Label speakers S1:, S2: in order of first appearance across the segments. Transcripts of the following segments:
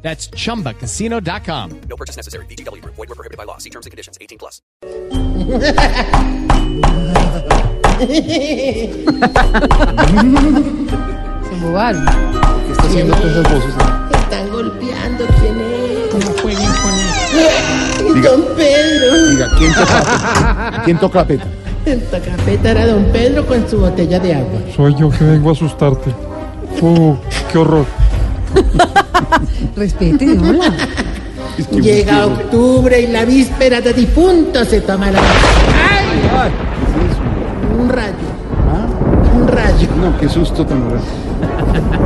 S1: That's chumbacasino.com.
S2: No purchase necessary. BGW. Void were prohibited by law. See terms and conditions. 18 plus.
S3: Se embobaron.
S4: Está haciendo con esas voces. eh?
S3: Están golpeando. ¿Quién es? Don Pedro.
S4: Diga, ¿quién toca la peta? ¿Quién toca la peta?
S3: Esta carpeta era Don Pedro con su botella de agua.
S5: Soy yo que vengo a asustarte. Uh, qué horror.
S6: Respete, hola.
S4: Es que-
S3: Llega octubre y la víspera de difunto se toma la. ¡Ay!
S4: Ay, ¿qué es eso?
S3: Un rayo,
S4: Ah,
S3: un rayo.
S4: No, qué susto tan grande.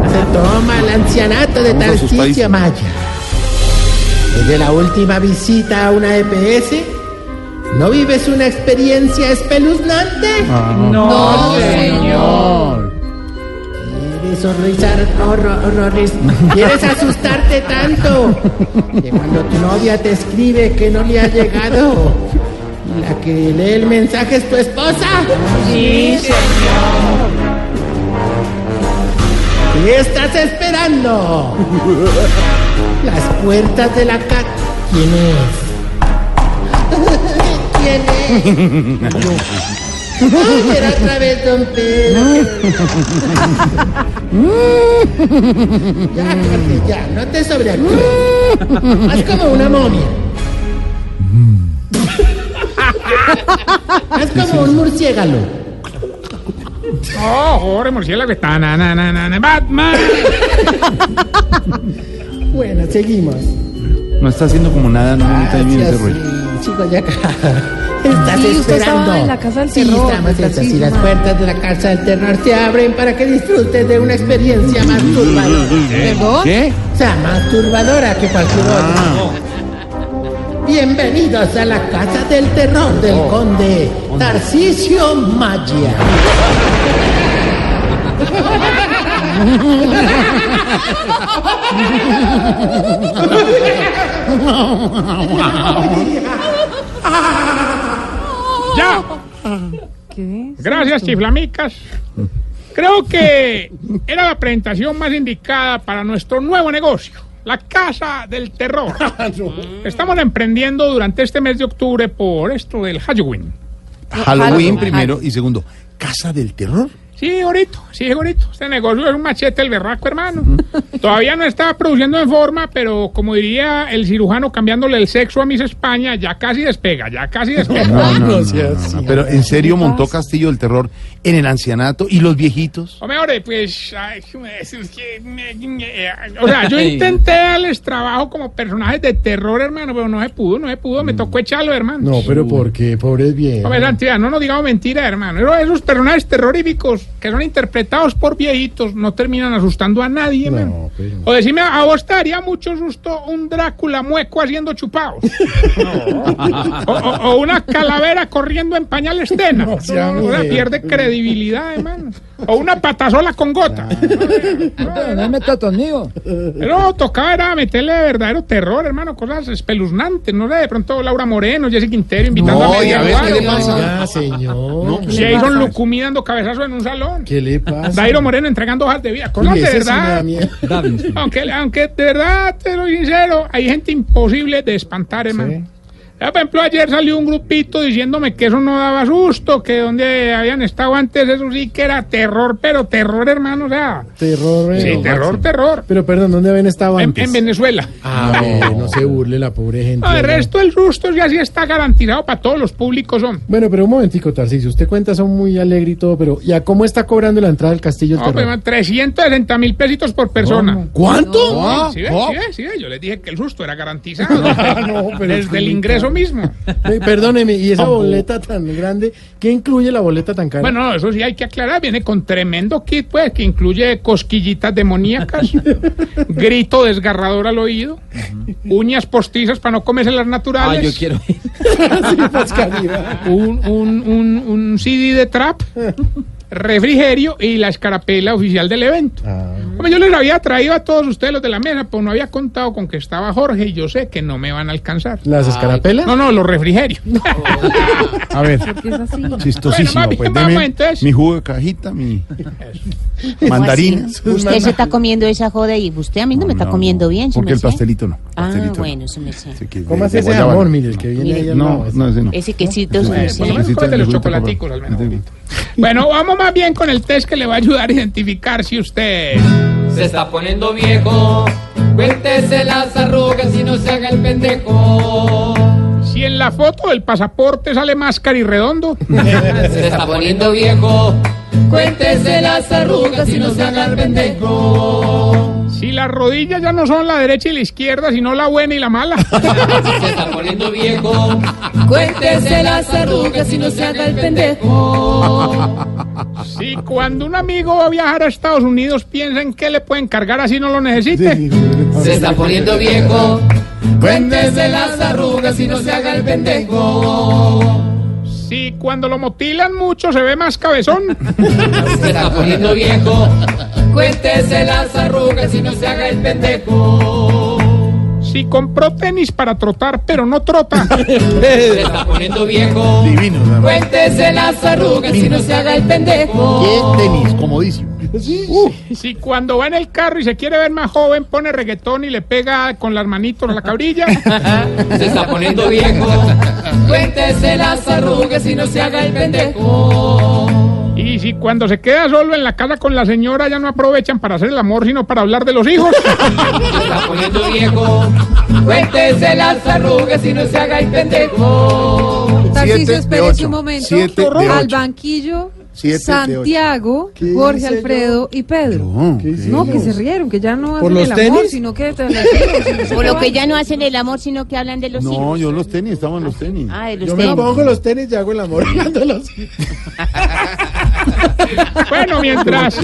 S3: Se toma el ancianato de
S4: Estamos
S3: Tarcisio
S4: asustadísimos.
S3: Maya. Desde la última visita a una EPS, ¿no vives una experiencia espeluznante?
S6: No,
S4: Señor.
S3: ¿Quieres horrorizar, horro- horrores- ¿Quieres asustarte tanto? Que cuando tu novia te escribe que no le ha llegado, la que lee el mensaje es tu esposa. Sí, señor. ¿Qué estás esperando? Las puertas de la casa. ¿Quién es? ¿Quién es? Yo. Ay, era otra vez Don Pedro. Ya, Jorge, ya, no te sobreactúes. Haz como una momia. Haz como un murciélago.
S5: Oh, pobre murciélago está na na na na na Batman.
S3: Bueno, seguimos.
S4: No está haciendo como nada, no me está bien ese
S3: Gracias,
S4: rollo.
S3: sí, Ah, chico, ya acá. Estás
S6: Sí, usted
S3: esperando.
S6: estaba en la casa del
S3: sí,
S6: terror, pues,
S3: estamos
S6: don
S3: en esas, y
S6: Francisco.
S3: las puertas de la casa del terror se abren para que disfrutes de una experiencia más turbadora.
S6: ¿Perdón?
S4: ¿Qué? Ah.
S3: O sea, más turbadora que cualquier otra. Bienvenidos a la casa del terror del
S4: Oh.
S3: conde Tarcisio Magia.
S5: Ya.
S6: ¿Qué es?
S5: Gracias, chiflamicas. Creo que era la presentación más indicada para nuestro nuevo negocio, la Casa del Terror. Estamos emprendiendo durante este mes de octubre por esto del Halloween.
S4: Halloween
S6: Halloween.
S4: primero y segundo. Casa del terror.
S5: Sí, gorito, sí, gorito. Este negocio es un machete el berraco, hermano. Todavía no está produciendo en forma, pero como diría el cirujano cambiándole el sexo a mis España, ya casi despega, ya casi despega.
S4: No, no, no, Pero en serio montó Castillo del Terror en el ancianato y los viejitos.
S5: Hombre, ahora, pues, ay, es que me- me- eh, o sea, yo intenté darles trabajo como personajes de terror, hermano, pero no se pudo, no se pudo, me tocó echarlo, hermano.
S7: No, pero ¿por qué? Pobre es bien.
S5: Hombre, Santiago, no nos digamos mentira, hermano. Pero Esos personajes terroríficos que son interpretados por viejitos no terminan asustando a nadie, hermano.
S7: pero-
S5: O decime, a vos te haría mucho susto un Drácula mueco haciendo chupados. o, o- o una calavera corriendo en pañales tena. No,
S7: sea
S5: no, no,
S7: mujer.
S5: pierde credibilidad, hermano. O una patasola con gota.
S6: No me trato conmigo.
S5: Pero tocaba era meterle verdadero terror, hermano, cosas espeluznantes. No sé, de pronto Laura Moreno, Jesse Quintero invitando
S4: No,
S5: a media
S4: ya ves qué
S5: guardia.
S4: le pasa.
S7: Ya, señor.
S5: Jason Lucumí dando cabezazos en un salón.
S7: ¿Qué le pasa?
S5: Dairo Moreno entregando hojas de vida. Cosas
S7: Y
S5: de
S7: ese sí me da
S5: verdad.
S7: miedo.
S5: Aunque, aunque de verdad, te soy sincero, hay gente imposible de espantar, hermano. Ya, Por ejemplo, ayer salió un grupito diciéndome que eso no daba susto, que donde habían estado antes, eso sí que era terror, pero terror, hermano, o sea.
S7: Terror.
S5: Sí,
S7: eh,
S5: terror,
S7: máximo.
S5: terror.
S7: Pero perdón, ¿dónde habían estado
S5: En,
S7: antes?
S5: en Venezuela.
S7: Ah, bueno, no se burle la pobre gente.
S5: No, el
S7: ¿no?
S5: resto del susto ya sí está garantizado para todos los públicos, hombre.
S7: Bueno, pero un momentico, Tarcisio. Usted cuenta, son muy alegre y todo, pero ¿ya cómo está cobrando la entrada al castillo del
S5: No, pues,
S7: terror?
S5: pero 360 mil pesitos por persona.
S4: ¿Cuánto?
S7: ¿Ah?
S4: Ah, oh,
S5: Sí, ve, sí, ve, sí, ve. Yo les dije que el susto era garantizado.
S7: no, pero es
S5: Desde
S7: que
S5: el
S7: muy
S5: ingreso
S7: caro.
S5: mismo.
S7: Ey, Perdóneme, y esa boleta tan grande, ¿qué incluye la boleta tan cara?
S5: Bueno, eso sí hay que aclarar, viene con tremendo kit, pues, que incluye cosquillitas demoníacas, grito desgarrador al oído, uñas postizas para no comerse las naturales.
S8: Ah, yo quiero ir.
S7: Sí, pues, calidad.
S5: un, un, un, un CD de trap, refrigerio y la escarapela oficial del evento. Hombre, yo les había traído a todos ustedes los de la mesa, pero no había contado con que estaba Jorge y yo sé que no me van a alcanzar.
S7: ¿Las escarapelas?
S5: No, no, los refrigerios.
S4: A ver,
S6: Porque es así.
S4: chistosísimo.
S5: Bueno, mami,
S4: pues
S5: vamos,
S4: deme
S5: entonces.
S4: mi jugo de cajita, mi mandarinas.
S9: Usted se está comiendo esa joda y usted a mí no me está
S4: No,
S9: comiendo
S4: no,
S9: bien. su
S4: Porque el
S9: merced.
S4: pastelito no.
S9: Ah,
S4: pastelito no.
S9: bueno, su merced.
S4: Ese que es
S7: ¿Cómo
S4: de-
S7: hace
S4: de
S7: ese
S4: guayaba,
S7: jamón,
S4: no.
S7: mire, el que viene ahí al
S4: No,
S7: lado, ese?
S4: no, ese no.
S9: Ese quesito es
S4: Ese-
S5: por lo menos
S4: ese
S5: cógete los
S4: necesita-
S5: chocolaticos, al menos.
S4: Ese-
S5: Bueno, vamos más bien con el test que le va a ayudar a identificar si usted...
S10: Se está poniendo viejo. Cuéntese las arrugas y no se haga el pendejo.
S5: Si en la foto del pasaporte sale máscara y redondo,
S10: Se está poniendo viejo. Cuéntese las arrugas y no se haga el pendejo.
S5: si las rodillas ya no son la derecha y la izquierda, sino la buena y la mala.
S10: Se está poniendo viejo. Cuéntese las arrugas y no se haga el pendejo.
S5: Si cuando un amigo va a viajar a Estados Unidos piensa en qué le pueden cargar así no lo necesite.
S10: Se está poniendo viejo. Cuéntese las arrugas y no se haga el pendejo.
S5: Si cuando lo motilan mucho se ve más cabezón.
S10: Se está poniendo viejo. Cuéntese las arrugas y no se haga el pendejo.
S5: Si compró tenis para trotar pero no trota.
S10: Se está poniendo viejo.
S4: Divino, la verdad.
S10: Cuéntese las arrugas y no se haga el pendejo.
S4: Qué tenis, comodísimo.
S5: Si cuando va en el carro y se quiere ver más joven pone reggaetón y le pega con las manitos a la cabrilla.
S10: Se está poniendo viejo. Cuéntese las arrugas y no se haga el pendejo.
S5: Y si cuando se queda solo en la casa con la señora ya no aprovechan para hacer el amor sino para hablar de los hijos.
S10: Se está poniendo viejo. Cuéntese las arrugas y no se haga el pendejo.
S4: Siete
S6: Tarcisio,
S4: de
S6: espérese
S4: ocho.
S6: un momento.
S4: Siete de
S6: Al
S4: ocho.
S6: banquillo,
S4: Siete de
S6: Santiago,
S7: ¿Qué
S6: Jorge
S7: hice yo?
S6: Alfredo y Pedro.
S4: No,
S7: ¿Qué
S6: No, que
S7: hicimos?
S6: se rieron, que ya no hacen
S7: los
S6: el amor,
S7: tenis?
S6: sino que... te- sino se
S9: Por lo
S6: van.
S9: que ya no hacen el amor, sino que hablan de los
S4: no,
S9: hijos.
S4: yo los tenis, estaba en los tenis.
S9: Ah, de los
S7: Yo me
S9: tenis.
S7: pongo los tenis y hago el amor hablando de los
S5: Bueno, mientras,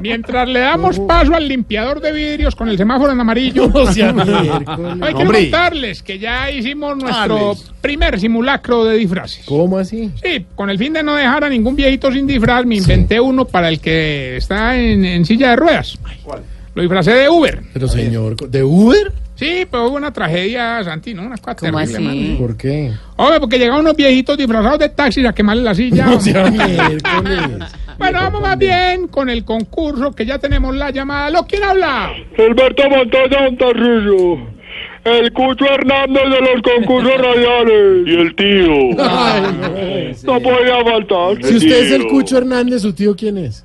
S5: mientras le damos paso al limpiador de vidrios con el semáforo en amarillo, hay que
S4: Hombre.
S5: contarles que ya hicimos nuestro
S4: Alex.
S5: primer simulacro de disfraces.
S7: ¿Cómo así?
S5: Sí, con el fin de no dejar a ningún viejito sin disfraz, me inventé uno para el que está en, en silla de ruedas. Lo disfracé de Uber.
S7: Pero señor, ¿de Uber?
S5: Sí, pero hubo una tragedia, Santi, ¿no? Una cosa
S9: ¿Cómo
S5: terrible, mano.
S9: así?
S7: ¿Por qué?
S5: Hombre, porque llegaron unos viejitos disfrazados de taxis a quemarle la silla. hombre.
S7: Miércoles.
S5: Bueno, vamos más bien con el concurso que ya tenemos la llamada. ¿Lo quién habla?
S11: Gilberto Montoya Montarrillo, el Cucho Hernández de los concursos radiales. Y el tío. No podía faltar.
S7: Si usted es el Cucho Hernández, ¿su tío quién es?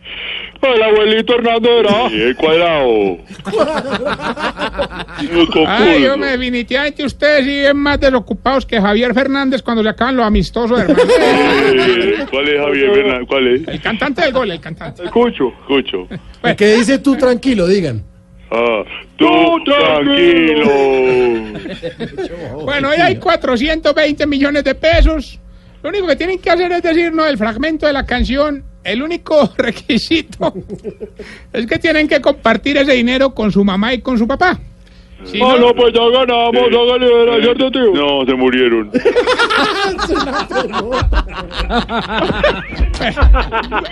S11: El abuelito Hernández era. Y el eh, cuadrado. Los
S5: Ay, yo definitivamente ustedes siguen más desocupados que Javier Fernández cuando le acaban los amistosos, hermano.
S11: ¿Cuál es Javier Fernández? ¿Cuál es?
S5: el cantante del gol, el cantante.
S11: El Cucho. Cucho.
S7: ¿Y ¿Qué dice tú tranquilo? Digan.
S11: Ah, tú tranquilo.
S5: Bueno, hoy hay 420 millones de pesos. Lo único que tienen que hacer es decirnos el fragmento de la canción. El único requisito es que tienen que compartir ese dinero con su mamá y con su papá. Si
S11: Ah,
S5: no-
S11: no, pues ya ganamos, Sí. ya liberación, ¿cierto, tío? No, se murieron.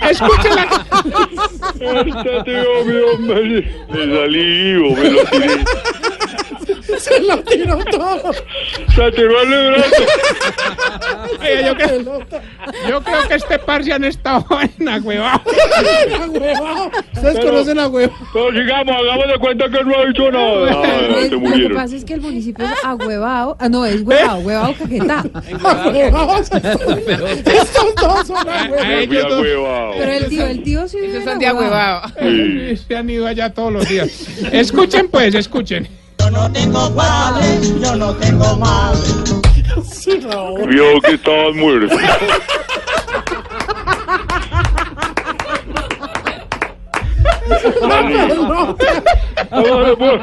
S5: Escuchen la,
S11: Este tío mío me, me salí vivo, me lo tiré.
S7: Se lo tiró todo.
S11: Se tiró el libreto.
S5: Oye, yo, creo, yo creo que este par se han estado en la hueva.
S7: La hueva. ¿Ustedes conocen a hueva?
S11: Pero sigamos, hagamos de cuenta que no ha dicho nada. Ah,
S6: Lo
S11: se
S6: lo que
S11: murieron.
S6: pasa es que el municipio es ahuevado. Ah, no, es huevado, huevado caquetá.
S7: La hueva. Estos dos son la
S5: A
S11: Me
S7: hueva.
S11: fui
S5: ellos dos-
S11: agüevado.
S6: Pero el tío, el tío sí. era ahuevado.
S11: Sí.
S5: Se han ido allá todos los días. Escuchen, pues, escuchen.
S11: Vio que estabas muerto. Dale,
S7: No,
S11: dale, pues.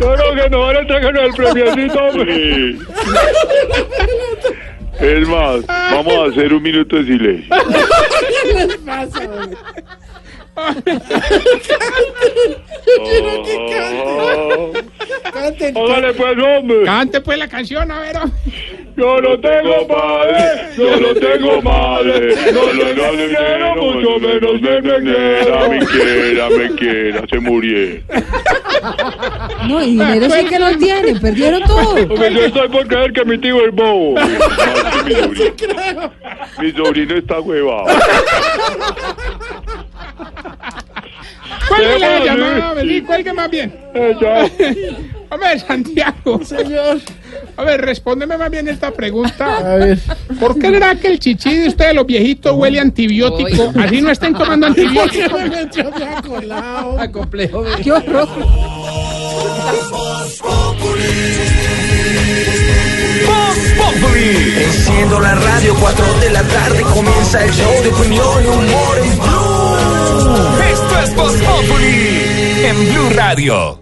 S11: No, no, que no, le traigan el premiocito, hombre. Es más, vamos a hacer un minuto de silencio.
S10: ¿Qué les pasa, hombre?
S11: Canten. Hágale pues, hombre.
S5: Cante pues la canción, a ver. hombre.
S11: Yo no tengo padre, yo no tengo madre, no lo quiero, mucho menos me me quiera, me quiera, me quiera, se murió.
S6: No, y dinero sí que no tiene, perdieron todo.
S11: Porque yo estoy por creer que mi tío es bobo. Más que mi sobrino. Mi sobrino está huevado.
S5: Cuélguele la
S11: Déjale.
S5: llamada, Belín, cuelgue más bien.
S11: Eh, ya.
S5: Hombre, Santiago. Señor. A ver, respóndeme más bien esta pregunta.
S7: A ver,
S5: ¿Por qué será que el chichi de ustedes, los viejitos, huele a antibiótico? Así no estén tomando antibióticos.
S10: Ah, complejo. ve.
S6: Qué horror.
S2: Enciendo la radio, 4 de la tarde comienza el show de opinión y humor en Blue. Esto es Voz Populi en Blue Radio.